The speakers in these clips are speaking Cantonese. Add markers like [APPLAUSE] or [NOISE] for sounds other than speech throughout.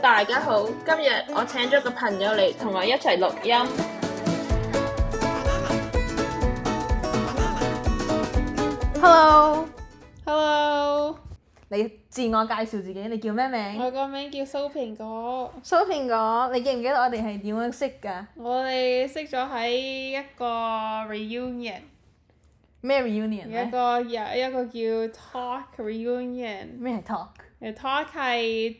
大家好，今日我請咗個朋友嚟同我一齊錄音。 Hello， Hello，你自我介紹自己，你叫咩名？我個名叫蘇蘋果，蘇蘋果，你記唔記得我哋係點樣識㗎？我哋識咗喺一個 reunion，咩 reunion 有一咧？個有一個叫 talk reunion，咩係 talk？誒 talk 係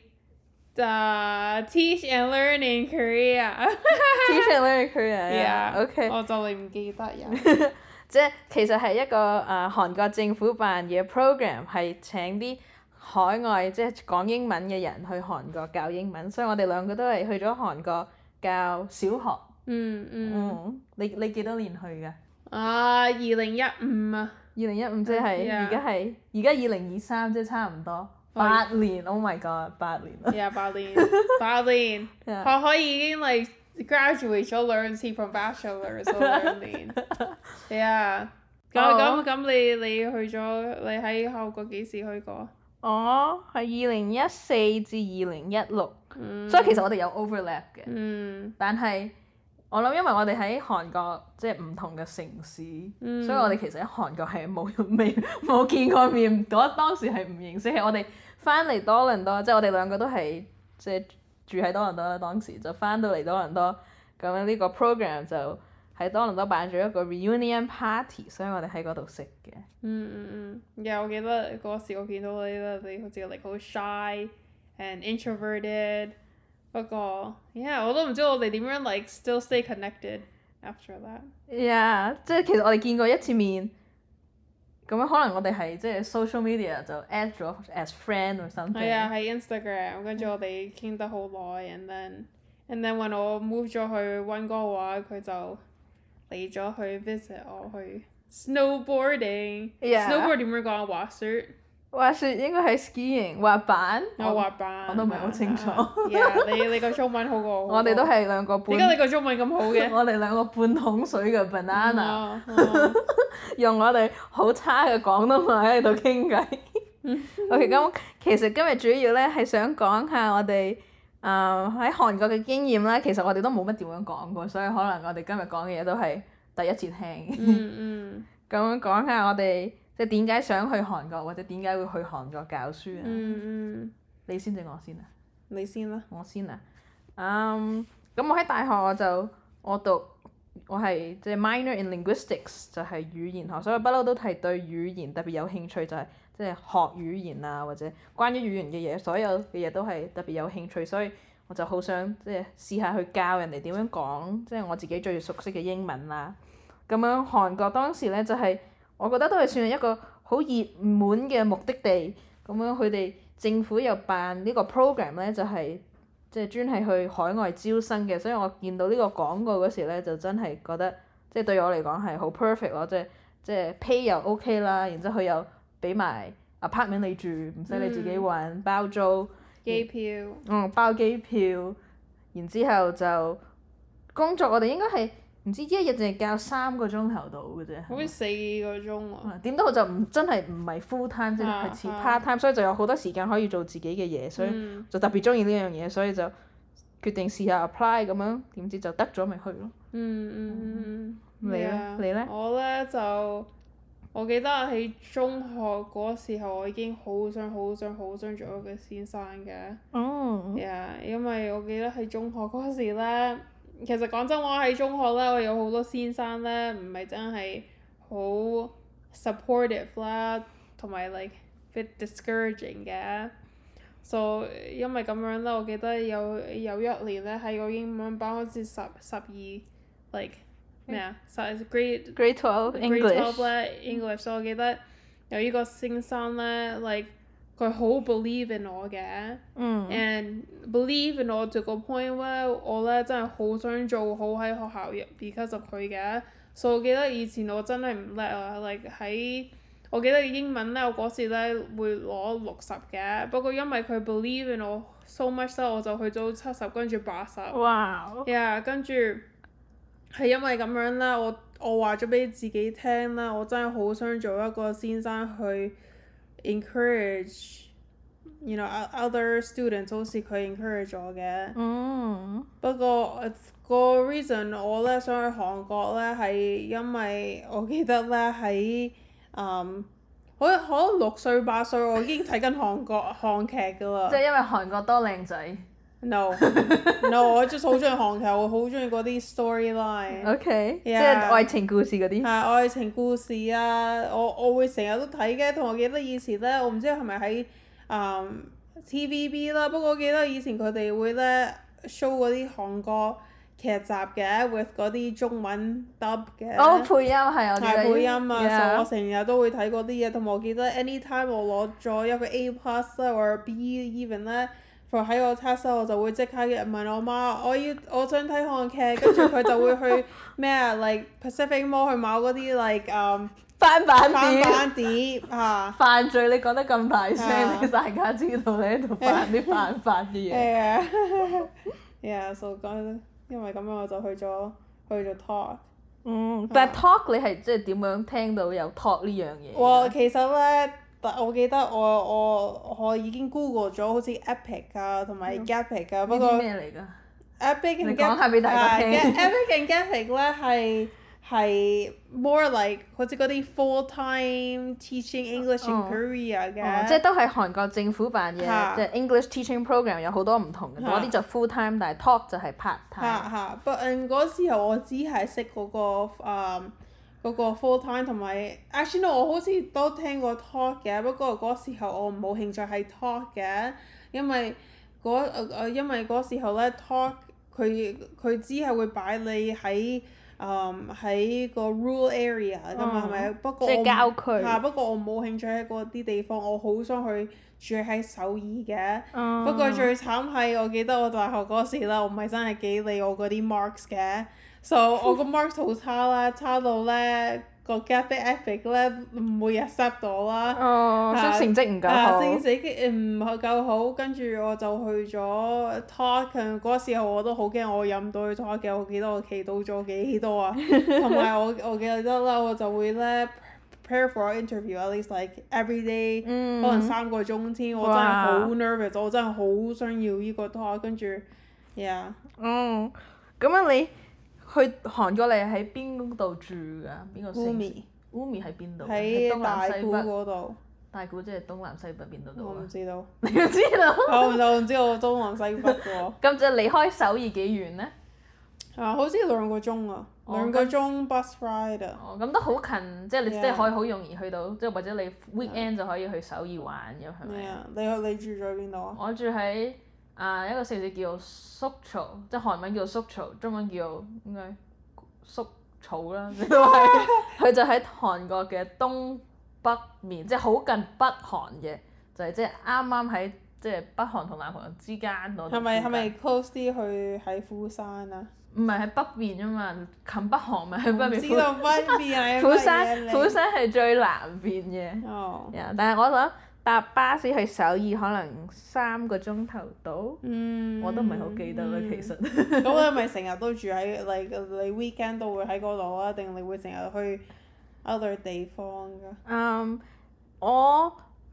誒 teach and learn in Korea， Teacher Learning Korea。 Yeah， OK，我就嚟唔記得呀，即係其實係一個誒、呃、韓國政府辦嘅 program，係請啲海外即係講英文嘅人去韓國教英文，所以我哋兩個都係去咗韓國教小學。嗯嗯，嗯，你你幾多年去㗎？啊二零一五啊，二零一五即係 Yeah. 而家係而家二零二三，即係差唔多八年。Oh my god，八年啦！廿八年，八年， Yeah. 可可以已經嚟 graduate 咗兩次 from bachelor 咗兩年，yeah。咁哦咁咁，你你去咗你喺韓國幾時去過？ [LAUGHS] 我哦係二零一四至二零一六，嗯所以其實我哋有 overlap 嘅，嗯但係我諗因為我哋喺韓國即係唔同嘅城市，嗯所以我哋其實喺韓國係冇 [LAUGHS] 未冇見過面，嗰當時係唔認識嘅。我哋翻嚟多倫多，即係我哋兩個都係即係住喺多倫多啦。當時就翻到嚟多倫多，咁樣呢個 program 就喺多倫多辦咗一個 reunion party，所以我哋喺嗰度識嘅。Mm, 嗯嗯嗯，又我記得嗰時我見到你啦，你好似嚟好 shy and introverted，不過，yeah，我都唔知我哋點樣 like still stay connected after that。 Yeah，即係其實我哋見過一次面，咁樣可能我哋係即係 social media 就 add 咗 as friend or 係啊， something。喺 Instagram，跟住我哋傾得好耐，and then and then when 我 move 咗去温哥華，佢就嚟咗去 visit 我去 snowboarding。 Yeah snowboard 點樣講啊？滑雪，話說應該係 skiing 滑板，我啊滑板。我都唔係好清楚啊啊 [LAUGHS] yeah，你你個中文好過我。我哋都。係兩個半點。解你個中文咁好 [LAUGHS] 嘅？我哋兩個半桶水嘅 banana，、啊啊用我哋好差嘅廣東話喺度傾偈。OK，咁嗯其實今日主要咧係想講下我哋誒喺韓國嘅經驗啦。其實我哋都冇乜點樣講過，所以可能我哋今日講嘅嘢都係第一次聽。嗯咁樣講下我哋即係點解想去韓國，或者點解會去韓國教書啊嗯？嗯嗯，你先定我先啊？你先啦。我先啊，嗯，咁我喺大學我就我讀我係即係 minor in linguistics 就係語言學，所以不嬲都係對語言特別有興趣，就係即係學語言啊，或者關於語言嘅嘢，所有嘅嘢都係特別有興趣，所以我就好想即係試下去教人哋點樣講，即係我自己最熟悉嘅英文啦。咁樣韓國當時咧就係、我覺得都係算係一個好熱門嘅目的地。咁樣佢哋政府又辦呢個 program 咧，就係即係專係去海外招生嘅，所以我見到呢個廣告嗰時咧，就真係覺得即係對我嚟講係好 perfect 咯，即係即係 pay 又 OK 啦，然之後佢又俾埋 apartment 你住，唔使你自己揾、包租，機票。嗯包機票，然之後就工作我哋應該係唔知一日淨係教三個鐘頭到嘅啫。係好咪似四個鐘啊！啊點都好就唔真係唔係 full time 即係啊係似啊 part time，所以就有好多時間可以做自己嘅嘢，所以嗯就特別中意呢樣嘢，所以就決定試下 apply 咁樣，點知就得咗咪去咯。嗯嗯嗯你嗯。咧 Yeah 你咧我咧就我記得喺中學嗰時候，我已經好想好想好想做一個先生嘅。哦， Yeah，因為我記得喺中學嗰時咧，其實講真話喺中學咧，我有好多先生咧，唔係真係好 supportive 啦，同埋 like bit discouraging 嘅。so 因為咁樣咧，我記得有有一年咧喺個英文班好似十十二 like 咩啊，十 grade Grade Twelve grade twelve English，咧 English，所以我記得有呢個先生咧，like 佢好 believe in 我嘅。嗯 and believe in 我 to 個 point 咧，我咧真係好想做好喺學校入，because of 佢嘅。所以我記得以前我真係唔叻啊，like 喺我記得英文咧，我嗰時咧會攞六十嘅，不過因為佢 believe in 我 so much 咧，我就去到七十，跟住八十。哇， yeah，跟住係因為咁樣啦，我我話咗俾自己聽啦，我真係好想做一個先生去 encourage you know o- other students 好似佢 encourage 我嘅。嗯不過呃個 reason 我咧想去韓國咧係因為我記得咧喺嗯可能可能六歲八歲我已經睇緊韓國韓劇㗎啦即。係因為韓國多靚 [LAUGHS] 仔。 No no，我 just 好中意韓劇，我好中意嗰啲 storyline。 O K，即 Yeah 係愛情故事嗰啲。係愛情故事啊！我我會成日都睇嘅，同我記得以前咧，我唔知係咪喺啊 TVB 啦，不過我記得以前佢哋會咧 show 嗰啲韓國劇集嘅，with 嗰啲中文 dub 嘅。哦，配音係我記大得。配音啊所以 Yeah 我成日都會睇嗰啲嘢，同埋我記得 anytime 我攞咗一個 A plus 咧，或者 B even 咧，佢喺我 test 咧我就會即刻問我媽，我要我想睇韓劇，跟住佢就會去咩啊，like Pacific Mall 去買嗰啲 like 嗯翻版翻碟。版碟啊，犯罪你講得咁大聲，啊俾大家知道你喺度犯啲犯法嘅嘢。係啊 [LAUGHS] ，yeah，so 講因為咁樣我就去咗去咗 talk。嗯，啊但係 talk 你係即係點樣聽到有 talk 呢樣嘢？我其實咧，但我記得我我我已經 Google 咗好似 Epic 啊，同埋 Gapic 啊，不呢啲過嗯咩嚟㗎？ Epic 你 and 講下俾大家聽 Epic and Gapic 咧係係 more like 好似嗰啲 full time teaching English in 哦 Korea 哦，即係嘅，都係韓國政府辦嘅，嚇即係 English teaching program 有好多唔同嘅，嚇嗰啲就 full time，但係 talk 就係 part 嚇 time。嚇，but and 嗰時候我只係識嗰個誒。嗰個 full time 同埋，actually no，我好似都聽過 talk 嘅，不過嗰時候我冇興趣係 talk 嘅，因為嗰、呃呃因為嗰時候咧 talk 佢佢之後會擺你喺嗯喺個 rural area 㗎嘛，嗯係咪、不過即係我唔郊區嚇不過我冇興趣喺嗰啲地方，我好想去住喺首爾嘅。啊嗯不過最慘係，我記得我大學嗰時啦，我唔係真係幾理我嗰啲 marks 嘅，so 我個 marks 好差啦，差到咧個 gap epic 咧唔會 accept 到啦，哦，所以嚇成績唔夠啊好。成績唔夠嗯好，跟住我就去咗 talk，嗰時候我都好驚我入唔到去 talk 嘅，我記得我祈禱咗幾多 [LAUGHS] 啊，同埋我我記得啦，我就會咧 prepare for interview at least like every day。嗯，可能三個鐘添，我真係好 nervous，我真係好想要呢個 talk，跟住，yeah，嗯，咁樣你去韓國你係喺邊度住㗎？邊個城市 Umi ？Umi 喺邊度？喺喺東大南西埔北。嗰度，大股即係東南西北邊度我度啊唔？知道，你都知道。我唔我唔知我東南西北嘅喎， [LAUGHS] 咁就離開首爾幾遠呢？啊，好似兩個鐘啊，哦兩個鐘 bus ride 啊，哦，咁都好近，即係你即 Yeah 係可以好容易去到，即係或者你 weekend 就可以去首爾玩咁，係咪啊？ yeah，你你住咗邊度啊？我住喺啊一個城市叫宿草，即係韓文叫宿草，中文叫應該宿草 [LAUGHS] 啦，你都係佢就喺韓國嘅東北面，即係好近北韓嘅，就係即係啱啱喺即係北韓同南韓之間嗰度。係咪係咪？close 啲去喺釜山 [LAUGHS] 啊？唔係喺北邊啊嘛，近北韓咪喺我唔北知邊。 [LAUGHS] 道北邊係乜嘢釜山你釜山係最南邊嘅。哦，呀但係我諗搭巴士去首爾可能三個鐘頭到，嗯，我都唔係好記得啦。嗯其實咁你咪成日都住喺你你 weekend 都會喺嗰度啊？定你會成日去 other 地方噶？嗯，我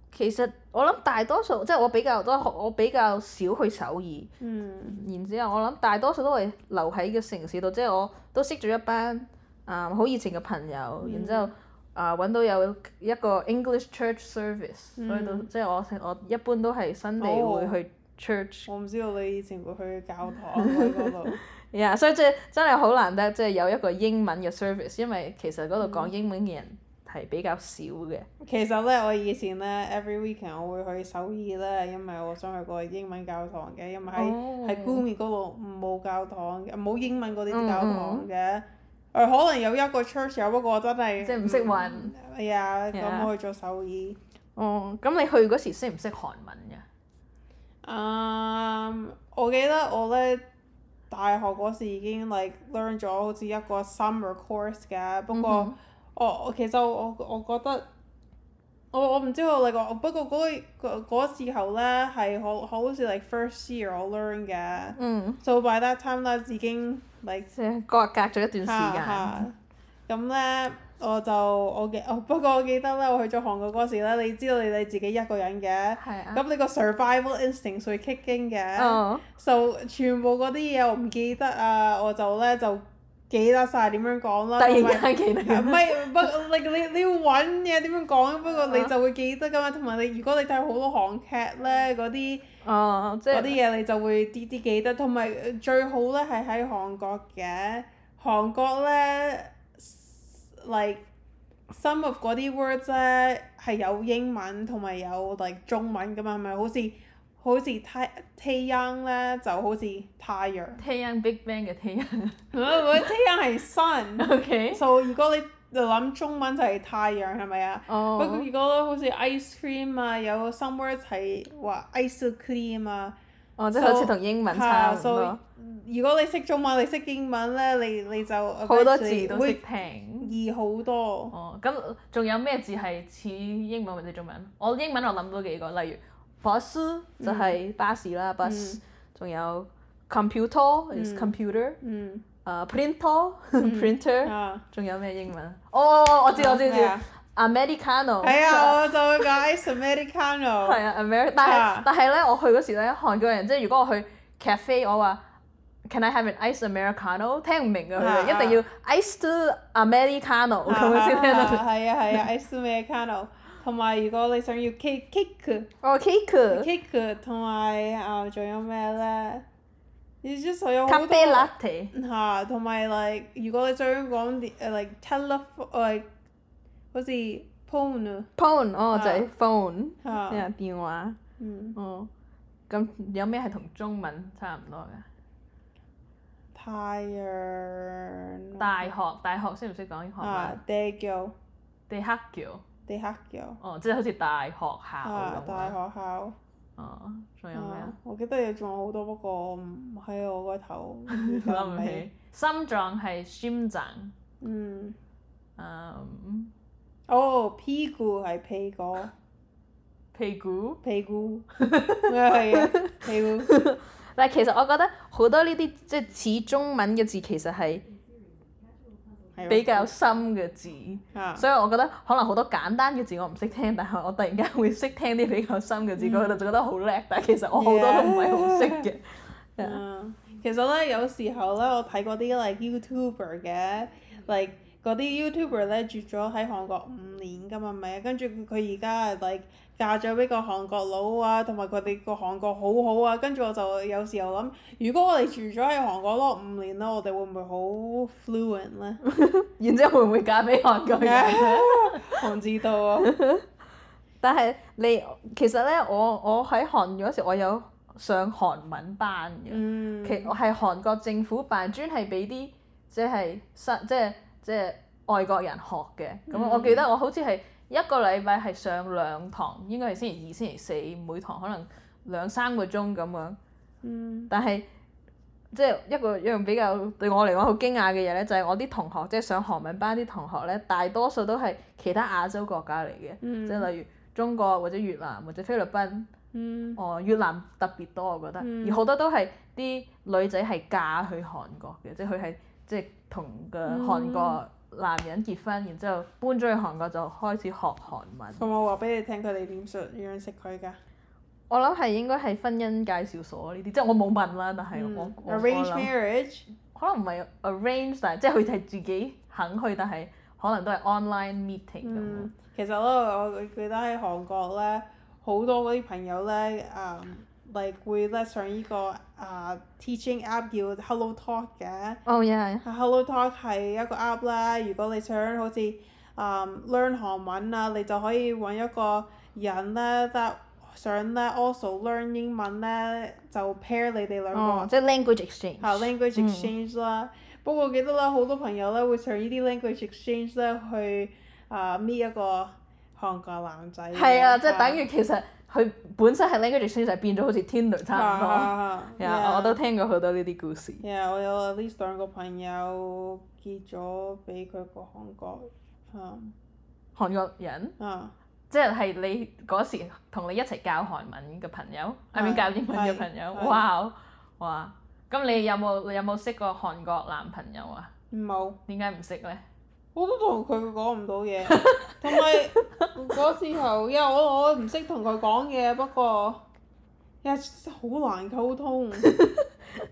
其實我諗大多數即係我比較多，我比較少去首爾。嗯然之後我諗大多數都係留喺個城市度，即係我都識咗一班啊好熱情嘅朋友，然之後啊揾到有一個 English Church Service，、所以都即係我我一般都係新地哦會去 church 我唔知道你以前會去教堂啊喺嗰度。呀所以即係真係好難得，即係有一個英文嘅 service，因為其實嗰度講英文嘅人係比較少嘅。其實咧，我以前咧 every weekend 我會去首爾咧，因為我想去個英文教堂嘅，因為喺哦嗯喺 Gumi 嗰度冇教堂嘅，冇英文嗰啲教堂嘅。誒可能有一個 church 有，不過我真係即係唔識揾係啊， Yeah 咁我去咗首爾。哦，咁你去嗰時識唔識韓文㗎？嗯，我記得我咧大學嗰時已經 like learn 咗好似一個 summer course 嘅，不過、嗯我我其實我我我覺得我我唔知道你講，不過嗰、個嗰嗰時候咧係好好似 like first year 我 learn 嘅嗯， ，so by that time 咧已經 like 即係隔隔咗一段時嚇間。嚇咁咧我就我記，哦不過我記得咧，我去咗韓國嗰時咧，你知道你哋自己一個人嘅，係啊。咁你個 survival instinct 會 kick in 嘅。嗯，就全部嗰啲嘢我唔記得啊，我就咧就記得晒點樣講啦。突同埋然間記得。唔係 [LAUGHS] 不你你你要揾嘢點樣講，不過你哦就會記得噶嘛。同埋你如果你睇好多韓劇咧，嗰啲哦，即嗰啲係嘢你就會啲啲記得。同埋呃最好咧係喺韓國嘅，韓國咧，like some of 嗰啲 words 咧係有英文同埋有 like 中文噶嘛，係咪好似好似太太陽咧就好似 [LAUGHS] 太陽， Taeyang Big Bang 嘅 Taeyang。唔係太陽係 sun。 OK。 So 如果你就諗中文就係太陽係咪啊？不過哦。如果好似 ice cream 啊，有 some words 係話 ice cream 啊，哦，即係好似同英文差唔係多啊，如果你識中文，你識英文咧，你你就好好多字都識會拼。易好多。哦，咁仲有咩字係似英文或者中文？我英文我諗到幾個，例如 bus 就係巴士啦，bus，仲有 computer is 嗯 computer，嗯誒 printer [LAUGHS] 嗯 printer，啊，仲有咩英文？哦，我知我知我知咩啊，Americano。係啊，我就會講 ice [LAUGHS] americano。係啊，American，但係啊但係咧，我去嗰時咧，韓國人即係如果我去 cafe，我話 Can I have an ice americano？聽唔明㗎，佢哋啊啊一定要 iced americano 咁樣先聽得啊明。係啊係啊，ice americano。同埋如果你想要 cake cake 哦，cake、 cake，同埋啊仲有咩咧？你知所有好 cafe 多。 latte，嚇，同埋 like 如果你想講啲誒 like telephone like 好似 phone 啊 phone 哦就係 phone，嚇即，係電話。嗯，哦，咁有咩係同中文差唔多嘅？太陽大學大學識唔識講韓文啊，地球地黑叫地黑球哦，即係好似大學校啊，咁大啊。學校哦，仲有咩啊啊？，我記得有仲有好多，不過唔喺我個 [LAUGHS] 頭諗諗唔 [LAUGHS] 起。。心臟係心臟，嗯，嗯，哦，屁股係屁股，屁股。屁 [LAUGHS] 股係啊，屁股但係其實我覺得好多呢啲即係似中文嘅字，其實係係比較深嘅字，啊所以我覺得可能好多簡單嘅字我唔識聽，但係我突然間會識聽啲比較深嘅字，嗰度就覺得好叻。但係其實我好多都唔係好識嘅。啊嗯，其實咧有時候咧，我睇嗰啲 like YouTuber 嘅，like 嗰啲 YouTuber 咧住咗喺韓國五年㗎嘛，咪跟住佢而家係 like 嫁咗俾個韓國佬啊，同埋佢哋個韓國好好啊，跟住我就有時候諗，如果我哋住咗喺韓國咯五年咯，我哋會唔會好 [LAUGHS] fluent 咧？然之後會唔會嫁俾韓國人？ [LAUGHS] 我唔知道 [LAUGHS] 啊，但係你其實咧，我我喺韓嗰時，我有上韓文班嘅。嗯，其係韓國政府辦，專係俾啲即係新即係即係外國人學嘅。咁、嗯我記得我好似係一個禮拜係上兩堂，應該係星期二、星期四，每堂可能兩三個鐘咁樣。嗯但係即係一個一樣比較對我嚟講好驚訝嘅嘢咧，就係、我啲同學即係上韓文班啲同學咧，大多數都係其他亞洲國家嚟嘅，嗯即係例如中國或者越南或者菲律賓。嗯哦，越南特別多，我覺得，嗯而好多都係啲女仔係嫁去韓國嘅，即係佢係即係同個嗯韓國男人結婚，然之後搬咗去韓國就開始學韓文。咁我話俾你聽，佢哋點想樣識佢㗎？我諗係應該係婚姻介紹所呢啲，即係我冇問啦，但係我、嗯我我 arrange 諗 marriage。可能唔係 arrange，但係即係佢係自己肯去，但係可能都係 online meeting 咁樣。嗯，其實咧，我記得喺韓國咧，好多嗰啲朋友咧，啊、like 會咧上呢、個啊、teaching app 叫 Hello Talk 嘅。啊哦，yeah， Hello Talk 係一個 app 啦，如果你想好似啊、learn 韓文啊，你就可以揾一個人咧得想咧 also learn 英文咧，就 pair 你哋兩個。哦，即係 language exchange。嚇 language exchange 啦。不過我記得啦，好多朋友咧會上呢啲 language exchange 咧去啊 meet 一個韓國男仔嘅。係啊，即係嚇等於其實佢本身係 language exchange 就係變咗好似 Tinder 差唔多。係啊，我都。聽過好多呢啲故事。 Yeah，我有 at least 兩個朋友結咗俾佢個韓國嚇韓國人，啊即係你嗰時同你一齊教韓文嘅朋友，I mean 係教英文嘅朋友，係係哇哇！咁你有冇你有冇識過韓國男朋友啊？冇，點解唔識呢？我都同佢講唔到嘢，同埋嗰時候，因為我我唔識同佢講嘢，不過又好難溝通。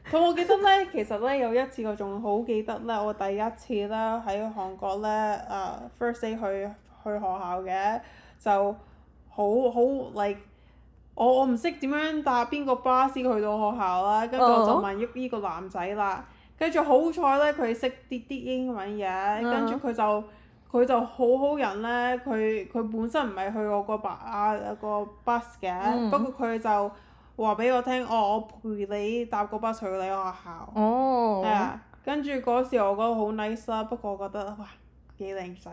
同我記得咧，其實咧有一次我仲好記得咧，我第一次啦喺韓國咧，啊、first day 去去學校嘅，就好好 like 我我唔識點樣搭邊個巴士去到學校啦，跟住我就哦問喐呢個男仔啦。跟住好彩咧，佢識啲啲英文啊嘅，跟住佢就佢就好好人咧，佢佢本身唔係去我個巴啊個 bus 嘅，嗯不過佢就話俾我聽，哦，我陪你搭個 bus 去你學校，哦係啊、跟住嗰時我覺得好 nice 啦，不過我覺得哇幾靚仔，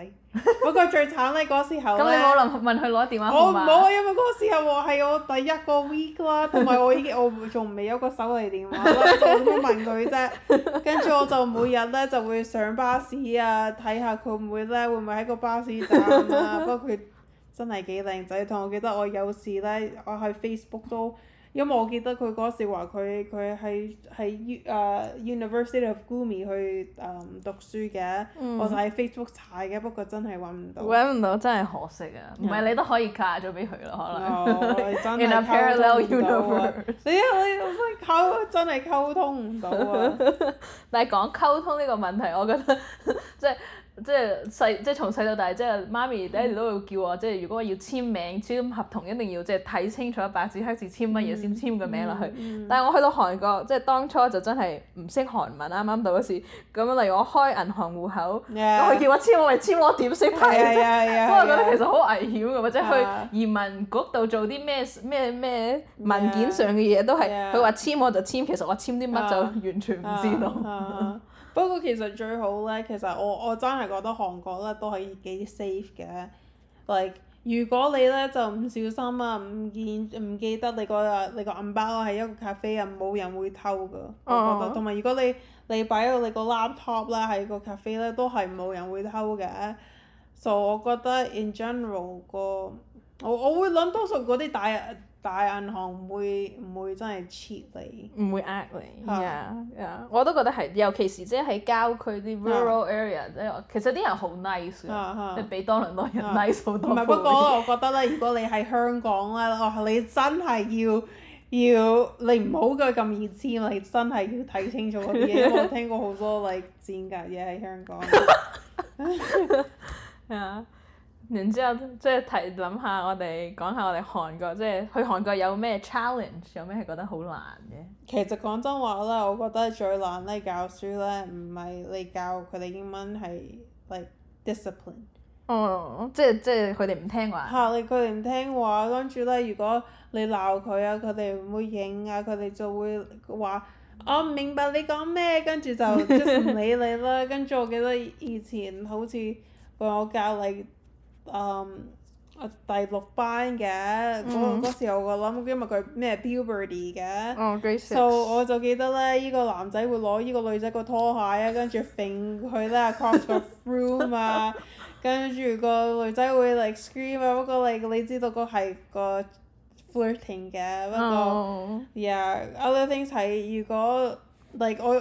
不過最慘咧嗰時候 [LAUGHS] 咁你咧。冇能問佢攞電話我號唔好啊，碼？因為嗰時候我係我第一個 week 啦，同埋我已經我仲未有個手提電話啦，就咁樣問 [LAUGHS] 佢啫。跟住我就每日咧就會上巴士啊，睇下佢會唔會咧會唔會喺個巴士 [LAUGHS] 站啊。不過佢真係幾靚仔，同我記得我有時咧，我喺 Facebook 都。因為我記得佢嗰時話佢佢係係 U 誒 University of Gumi 去誒、讀書嘅，嗯我就喺 Facebook 查嘅，不過真係揾唔到。揾唔到真係可惜啊！唔係你都可以嫁咗俾佢咯，可能。哦，真 In a 係溝 parallel 通唔到 universe 啊！你你真係溝真係溝通唔 [LAUGHS] 到啊！但係講溝通呢個問題，我覺得 [LAUGHS] 即係即係細即係從細到大，即係媽咪爹哋都會叫我，即係如果我要簽名簽合同，一定要即係睇清楚白紙黑字簽乜嘢先簽個名落去。嗯但係我去到韓國，即係當初就真係唔識韓文，啊啱啱到嗰時咁樣，例如我開銀行戶口，佢 Yeah，叫我簽，我咪簽，我點識係啊睇係啫？啊係不啊！過我覺得其實實好危險嘅，或者去啊移民局度做啲咩咩咩文件上嘅嘢都係 Yeah 佢話簽我就簽，其實我簽啲乜就啊完全唔知道。不過其實最好咧，其實我我真係覺得韓國咧都係幾 safe 嘅。like 如果你咧就唔小心啊，唔見唔記得你個你個銀包係一個咖啡啊，冇人會偷噶。我覺哦得，同埋如果你你擺到你個 laptop 啦，喺個咖啡咧，都係冇人會偷嘅。所以我覺得 in general 個我我會諗多數嗰啲大大銀行唔會唔會真係 cheat 你。唔會呃你嚇，yeah yeah，我都覺得係，尤其是即係喺郊區啲 rural area，即係其實啲人好 nice 啊嘅，啊即係比多倫多人啊 nice 好多唔倍。係，不過我覺得咧，如果你喺香港咧，哇！你真係要要你唔好佢咁易簽，你真係要睇清楚嗰啲嘢。因為我聽過好多 like 賤格嘢喺香港。 [LAUGHS] 係啊，然之後即係提諗下我哋講下我哋韓國，即係去韓國有咩 challenge，有咩係覺得好難嘅？其實講真話啦，我覺得最難咧教書咧，唔係你教佢哋英文係 like discipline。哦，即係即係佢哋唔聽話。嚇！你佢哋唔聽話，跟住咧，如果你鬧佢啊，佢哋唔會應啊，佢哋就會話我唔明白你講咩，跟住就 just 唔理你啦。跟住我記得以前好似我教你，嗯，第六班嘅嗰嗯嗰時候我諗，因為佢咩 puberty 嘅。哦 g r a 就我就記得咧，呢、個男仔會攞呢個女仔個拖鞋啊，跟住揈佢咧 across 個 room 啊，跟住個女仔會 like scream 啊，不過 like 你知道個係個 flirting 嘅，不過。哦 Yeah, other things 係如果 like 我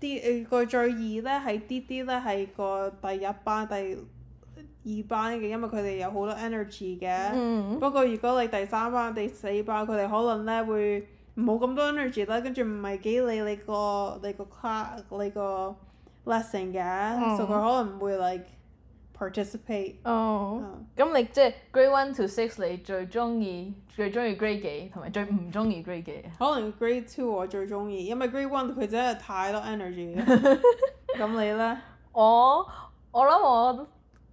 啲呃個最易咧係啲啲咧係個第一班第二班嘅，因為佢哋有好多 energy 嘅。嗯不過如果你第三班、第四班，佢哋可能咧會冇咁多 energy 啦，跟住唔係幾理你個你個 class 你個 lesson 嘅，所以佢可能唔會 like participate。哦。嗯咁你即係 grade one to six，你最中意最中意 grade 幾，同埋最唔中意 grade 幾啊？可能 grade two 我最中意，因為 grade one 佢真係太多 energy 嘅。咁你咧？我我諗我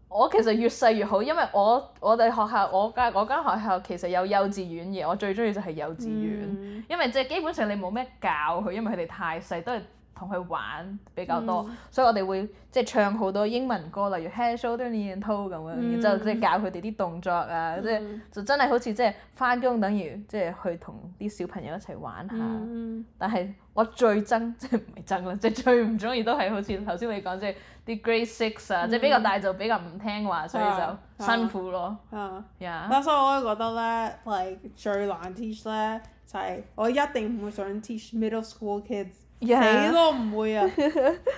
我其實越細越好，因為我我哋學校我間我間學校其實有幼稚園嘅，我最中意就係幼稚園，嗯因為即係基本上你冇咩教佢，因為佢哋太細，都係同佢玩比較多，嗯所以我哋會即係唱好多英文歌，例如 Head Shoulder Knee and Toe 咁樣，然之後即係教佢哋啲動作啊，即係嗯就真係好似即係翻工等於即係去同啲小朋友一齊玩下。嗯但係我最憎 [LAUGHS] 即係唔係憎啦，即係最唔中意都係好似頭先你講，即係啲 grade six 啊，即係比較大就比較唔聽話，所以嗯啊就辛苦咯。嗯啊，呀，但所以我都覺得咧，like 最難 teach 咧就係、我一定唔會想 teach 啊 middle school kids，死 Yeah 都唔會啊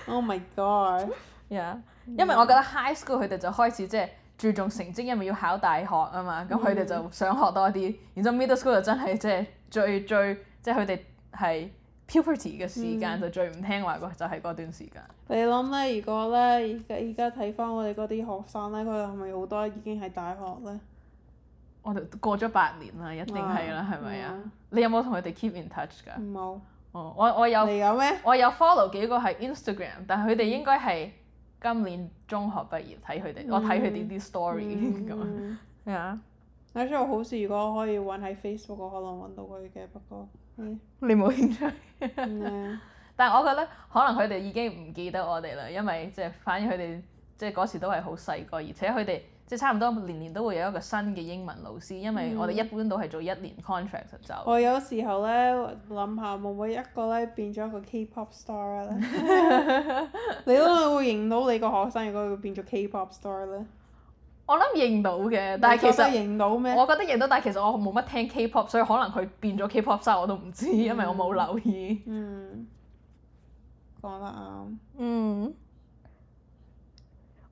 ！Oh my god！呀，因為我覺得 high school 佢哋就開始即係注重成績，因為要考大學啊嘛，咁佢哋就想學多啲。然之後 middle school 就真係即係最最即係佢哋係 puberty 嘅時嗯間、就最唔聽話嗰就係嗰段時間。你諗咧，如果咧而家而家睇翻我哋嗰啲學生咧，佢哋係咪好多已經係大學咧？我哋都過咗八年啦，一定係啦，係咪嗯啊？你有冇同佢哋 keep in touch 㗎？冇，哦，我我有你有咩？我有 follow 幾個係 Instagram，但係佢哋應該係今年中學畢業，睇佢哋，我睇佢哋啲 story 咁樣。嗯係啊，我覺得好事，如果我可以揾喺 Facebook，我可能揾到佢嘅，不過，嗯你冇興趣？嗯 [LAUGHS] 但係我覺得可能佢哋已經唔記得我哋啦，因為即係反而佢哋即係嗰時都係好細個，而且佢哋即係差唔多年年都會有一個新嘅英文老師，因為我哋一般都係做一年 contract 就走。嗯我有時候咧諗下，會唔會一個咧變咗一個 K-pop star 咧？ [LAUGHS] 你都會認到你個學生，如果佢變咗 K-pop star 咧？我諗認到嘅，但係其實你覺得認到咩？我覺得認到，但係其實我冇乜聽 K-pop，所以可能佢變咗 K-pop star 我都唔知，因為我冇留意。嗯，講得啱。嗯，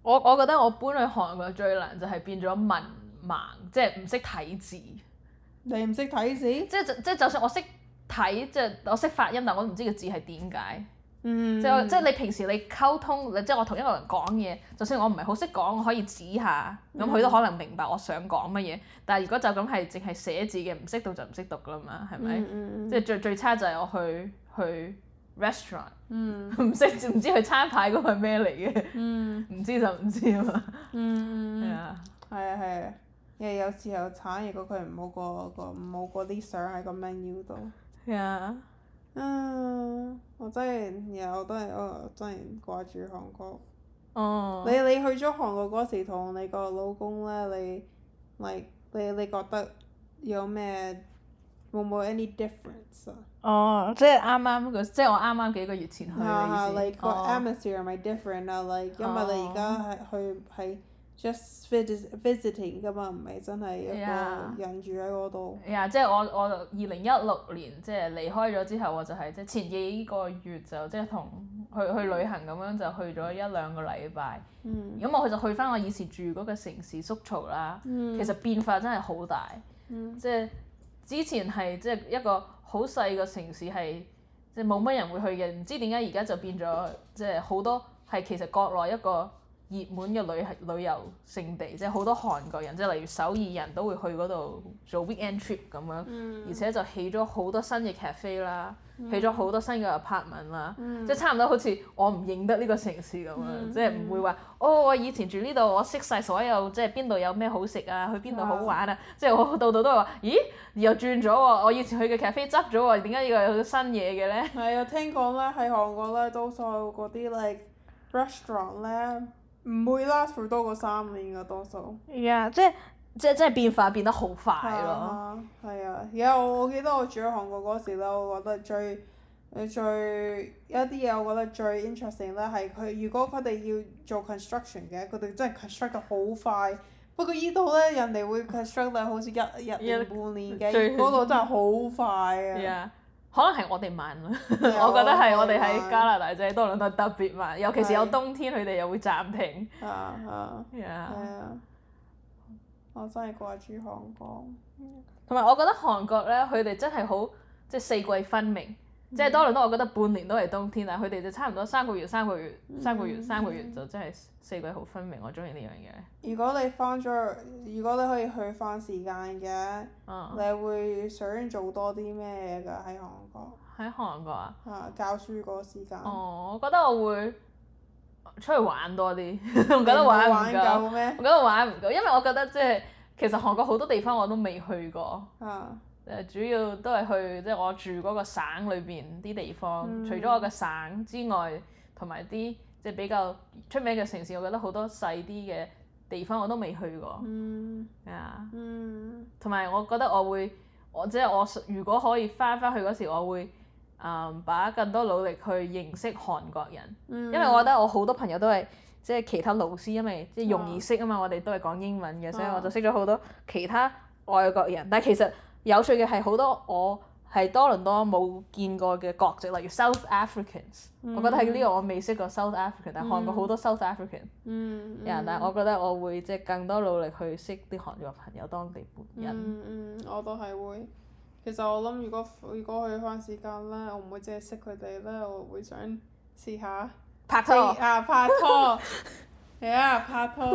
我我覺得我搬去韓國最難就係變咗文盲，即係唔識睇字。你唔識睇字？即係就即係就算我識睇，即係我識發音，但我都唔知個字係點解。嗯，即係即係你平時你溝通，你即係我同一個人講嘢，就算我唔係好識講，我可以指下，咁佢都可能明白我想講乜嘢。但係如果就咁係淨係寫字嘅，唔識讀就唔識讀㗎啦嘛，係咪？嗯嗯即係最最差就係我去去 restaurant，嗯唔識唔知佢餐牌嗰個係咩嚟嘅，嗯唔知就唔知啊嘛。嗯係嗯，啊，係啊係啊，因為有時候慘，如果佢唔好個個唔好嗰啲相喺個 menu 度。係啊，嗯，我真係有都係我真係掛住韓國。哦你，你去咗韓國嗰時，同你個老公咧，你你你你覺得有咩會唔會 any difference 啊？哦，即係啱啱個，即係我啱啱幾個月前去嘅啊意，like 思。個哦 atmosphere 咪 different 啊，like 因為你而家係去係 just visit visiting 噶嘛，唔係真係一個 Yeah 人住喺嗰度。呀即係我我二零一六年即係離開咗之後，我就係即係前幾個月就即係同去去旅行咁樣就去咗一兩個禮拜，嗯咁我就去翻我以前住嗰個城市宿曹啦。嗯其實變化真係好大，嗯即係之前係即係一個好細嘅城市係即係冇乜人會去嘅，唔知點解而家就變咗即係好多係其實國內一個熱門嘅旅旅遊勝地，即係好多韓國人，即係例如首爾人都會去嗰度做 weekend trip 咁樣。而且就起咗好多新嘅 cafe 啦，起咗好多新嘅 apartment 啦，即係差唔多好似我唔認得呢個城市咁樣，即係唔會話哦，我以前住呢度，我識晒所有即係邊度有咩好食啊，去邊度好玩啊，即係我度度都係話，咦又轉咗喎，我以前去嘅 cafe 執咗喎，點解呢個有新嘢嘅咧？係啊，聽講咧喺韓國咧，多數嗰啲 like restaurant 咧唔會 last for 多過三年嘅多數。呀，即係即係即係變化變得好快係咯，啊，係啊！而家我我記得我住喺韓國嗰時咧，我覺得最誒最有一啲嘢，我覺得最 interesting 咧係佢如果佢哋要做 construction 嘅，佢哋真係 construct 得好快。不過依度咧，人哋會 construct 得好似一嗯一年半年嘅，最 [LAUGHS] 嗰度真係好快啊！呀。可能係我哋慢啦， [LAUGHS] 我覺得係我哋喺加拿大即係多倫多特別慢，尤其是有係冬天，佢哋又會暫停。啊啊，係 Yeah 啊！我真係掛住韓國。同埋我覺得韓國咧，佢哋真係好即係四季分明，嗯即係多倫多我覺得半年都係冬天，但係佢哋就差唔多三個月、三個月、三嗯個月、三個月就真係四季好分明，我中意呢樣嘢。如果你翻咗，如果你可以去翻時間嘅。嗯，你會想做多啲咩㗎？喺韓國喺韓國啊，嚇、啊教書嗰時間，哦，我覺得我會出去玩多啲， [LAUGHS] 你我覺得唔玩會唔玩夠，夠我咩？覺得玩唔夠，因為我覺得即係其實韓國好多地方我都未去過。啊，誒呃主要都係去即係我住嗰個省裏邊啲地方，嗯除咗我嘅省之外，同埋啲即係比較出名嘅城市，我覺得好多細啲嘅地方我都未去過嗯啊。嗯同埋我覺得我會，我即係我如果可以翻翻去嗰時，我會誒、嗯把更多努力去認識韓國人，嗯，因為我覺得我好多朋友都係。即係其他老師，因為即係容易識啊嘛，我哋都係講英文嘅，所以啊我就識咗好多其他外國人。但係其實有趣嘅係好多我係多倫多冇見過嘅國籍，例如 South Africans。我覺得喺呢個我未識過 South African，但係韓國好多 South African 嗯，人，但係我覺得我會即係更多努力去識啲韓國朋友、當地本嗯人。嗯，我都係會。其實我諗，如果如果去翻時間咧，我唔會淨係識佢哋咧，我會想試下拍飛拖啊拍拖，係啊拍拖，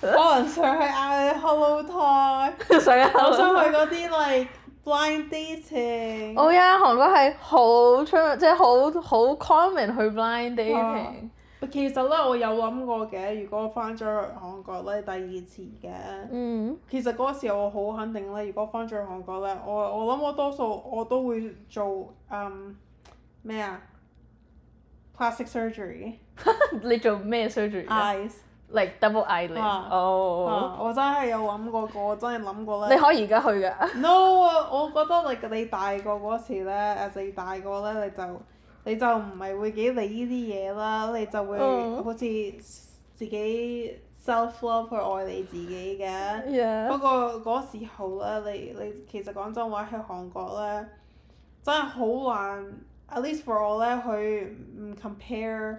可能想去嗌 Hello [LAUGHS] Thai，想啊！我想去嗰啲 like blind dating。哦呀，韓國係好出名，即係好好 common 去 blind dating。其實咧，我有諗過嘅，如果翻咗去韓國咧，第二次嘅。嗯，其實嗰時我好肯定咧，如果翻咗去韓國咧，我我諗我多數我都會做嗯咩啊，plastic surgery [LAUGHS] 你做咩 surgery 啊 eyes。 ？Like double eyelid。啊哦。啊我真係有諗過個，我真係諗過你咧。可以而家去㗎。 No，我覺得你你大個嗰時咧，誒你大個咧，你就你就唔係會幾理呢啲嘢啦，你就會嗯好似自己 self love 去愛你自己嘅。不 Yeah。 [LAUGHS] 過嗰時候咧，你你其實講真話喺韓國咧，真係好難。At least for 我咧，去唔 compare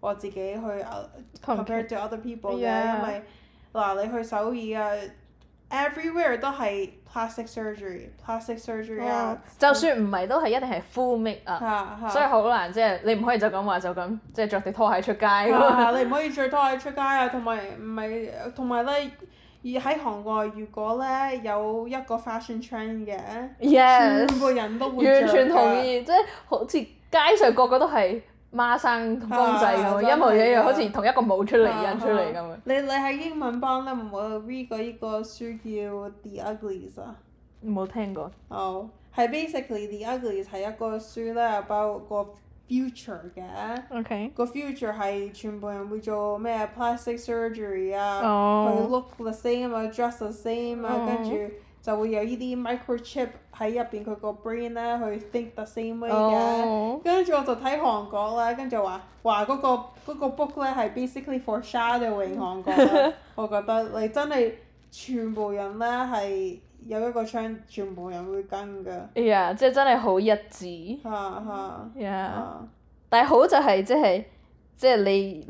我自己去 uh, compare to other people 嘅 Yeah 因為嗱你去首爾啊，everywhere 都係 plastic surgery，plastic surgery 啊，就算唔係都係一定係 full make up。嚇嚇所以好難，即係你唔可以就咁話就咁，即係着對拖鞋出街咁啊樣。你唔可以着拖鞋出街啊，同埋唔係同埋咧，而喺韓國如果咧有一個 fashion trend 嘅。全 [LAUGHS] Yes，部人都會完全着㗎啊同。意，即係好似街上個個都係孖生同公仔咁啊樣，一模一樣，真係㗎啊好似同一個模出嚟印出嚟咁樣。你你喺英文班咧，冇 read 過呢個書叫《The Uglies》啊？冇聽過。哦，係 Oh, basically《The Uglies》係一個書咧，about 個 future 嘅。 OK。個 future 係全部人會做咩 plastic surgery Oh. 啊，去哦。 look the same 啊，dress the same uh, 啊，嗯跟住就會有呢啲 microchip 喺入邊佢個 brain 咧去 think the same way Oh. 嘅。哦。跟住我就睇韓國啦，跟住話話嗰個嗰、個 book 咧係 basically for shadowing 嗯韓國 [LAUGHS] 啦我覺得你真係全部人咧係有一個 trend，全部人會跟㗎。哎呀，即係真係好一致。嚇嚇 Yeah。嚇！但係好就係即係即係你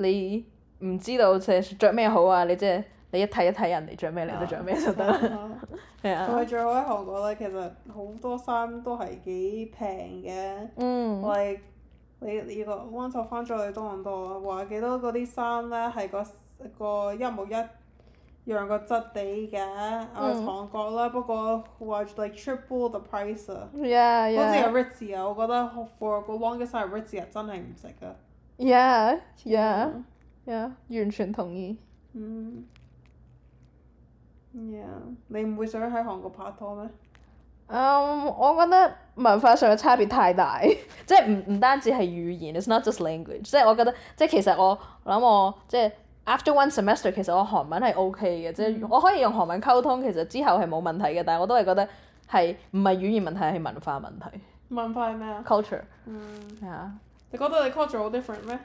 你唔知道即係着咩好啊！你即係你一睇一睇人哋着咩，啊你就着咩 [LAUGHS] 就得啦。 [LAUGHS] 係同埋啊。最好喺韓國咧，其實好多衫都係幾平嘅。嗯。 like 你你個 once 我翻咗去多倫多，話幾多嗰啲衫咧係個個一模一樣個質地嘅，啊嗯韓國啦，不過話 like triple the price 啊。 Yeah, 好似 yeah. 係 Ritz 啊，我覺得 for 個 longest time Ritz 啊真係唔值啊。 Yeah, yeah, yeah，完全同意。嗯。Yeah，你唔會想喺韓國拍拖咩？嗯我覺得文化上嘅差別太大， [LAUGHS] 即係唔唔單止係語言，it's not just language。即係我覺得，即係其實我我諗我即係 after one semester，其實我韓文係 OK 嘅，即係我可以用韓文溝通，其實之後係冇問題嘅。但係我都係覺得係唔係語言問題，係文化問題文化係咩啊？ culture 嗯，係啊。你覺得你 culture 好 different 咩？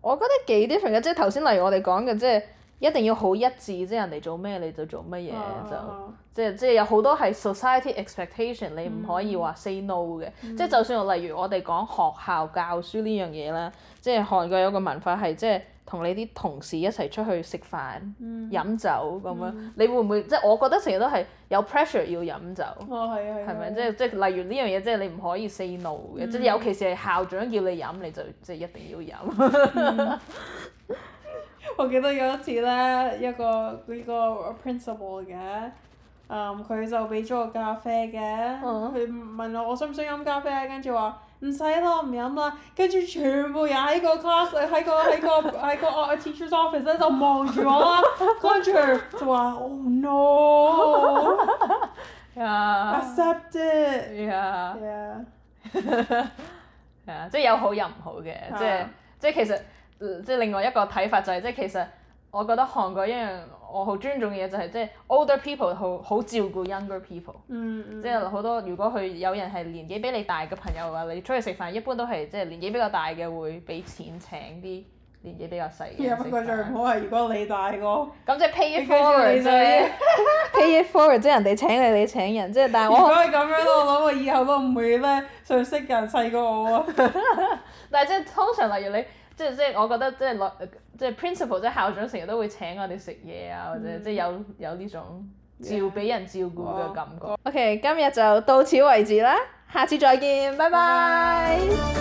我覺得幾 different 嘅，即係頭先例如我哋講嘅，即係一定要好一致，即係人哋做咩你就做乜嘢啊啊就。啊即係即係有好多係 society expectation，你唔可以話 say no 嘅。即係就算我例如我哋講學校教書呢樣嘢啦，即係韓國有個文化係即係同你啲同事一齊出去食飯、嗯。飲酒咁樣，你會唔會即係我覺得成日都係有 pressure 要飲酒。哦，係啊，係啊。係咪？即係即係，例如呢樣嘢，即係你唔可以 say no 嘅，即係尤其是係校長叫你飲，你就即係一定要飲。 [LAUGHS] 我記得有一次咧，一個呢個 principal 嘅，嗯，佢就俾咗我咖啡嘅，嗯佢問我我想唔想飲咖啡啊，跟住話唔使啦，我唔飲啦，跟住全部人喺個 class 喺個喺個喺個 teacher's office 咧就望住 [LAUGHS] 我啦，跟住就話 oh [LAUGHS] no，accept 呀 it，呀 yeah， [LAUGHS] 係啊，即係有好有唔好嘅，啊即係即係其實呃即係另外一個睇法就係、即係其實我覺得韓國一樣我好尊重嘅嘢就係、即係 older people 好好照顧 younger people，、嗯嗯，即係好多如果佢有人係年紀比你大嘅朋友嘅話，你出去食飯一般都係即係年紀比較大嘅會俾錢請啲年紀比較 [LAUGHS] 細嘅有人不識過最唔打好係如果你大個，咁即係 pay it 你記住 forward 你啫仔。 [LAUGHS] ，pay it forward 即係人哋請你，你請人，即係但係 [LAUGHS] 如果我，係咁樣咯，我諗我以後都唔會咧想識人細過我啊。但係即係通常例如你，即係即係我覺得即係落即係 principal 即係校長成日都會請我哋食嘢啊，或者嗯即係有有呢種照 Yeah 俾人照顧嘅哇感覺。OK，今日就到此為止啦，下次再見，拜拜拜。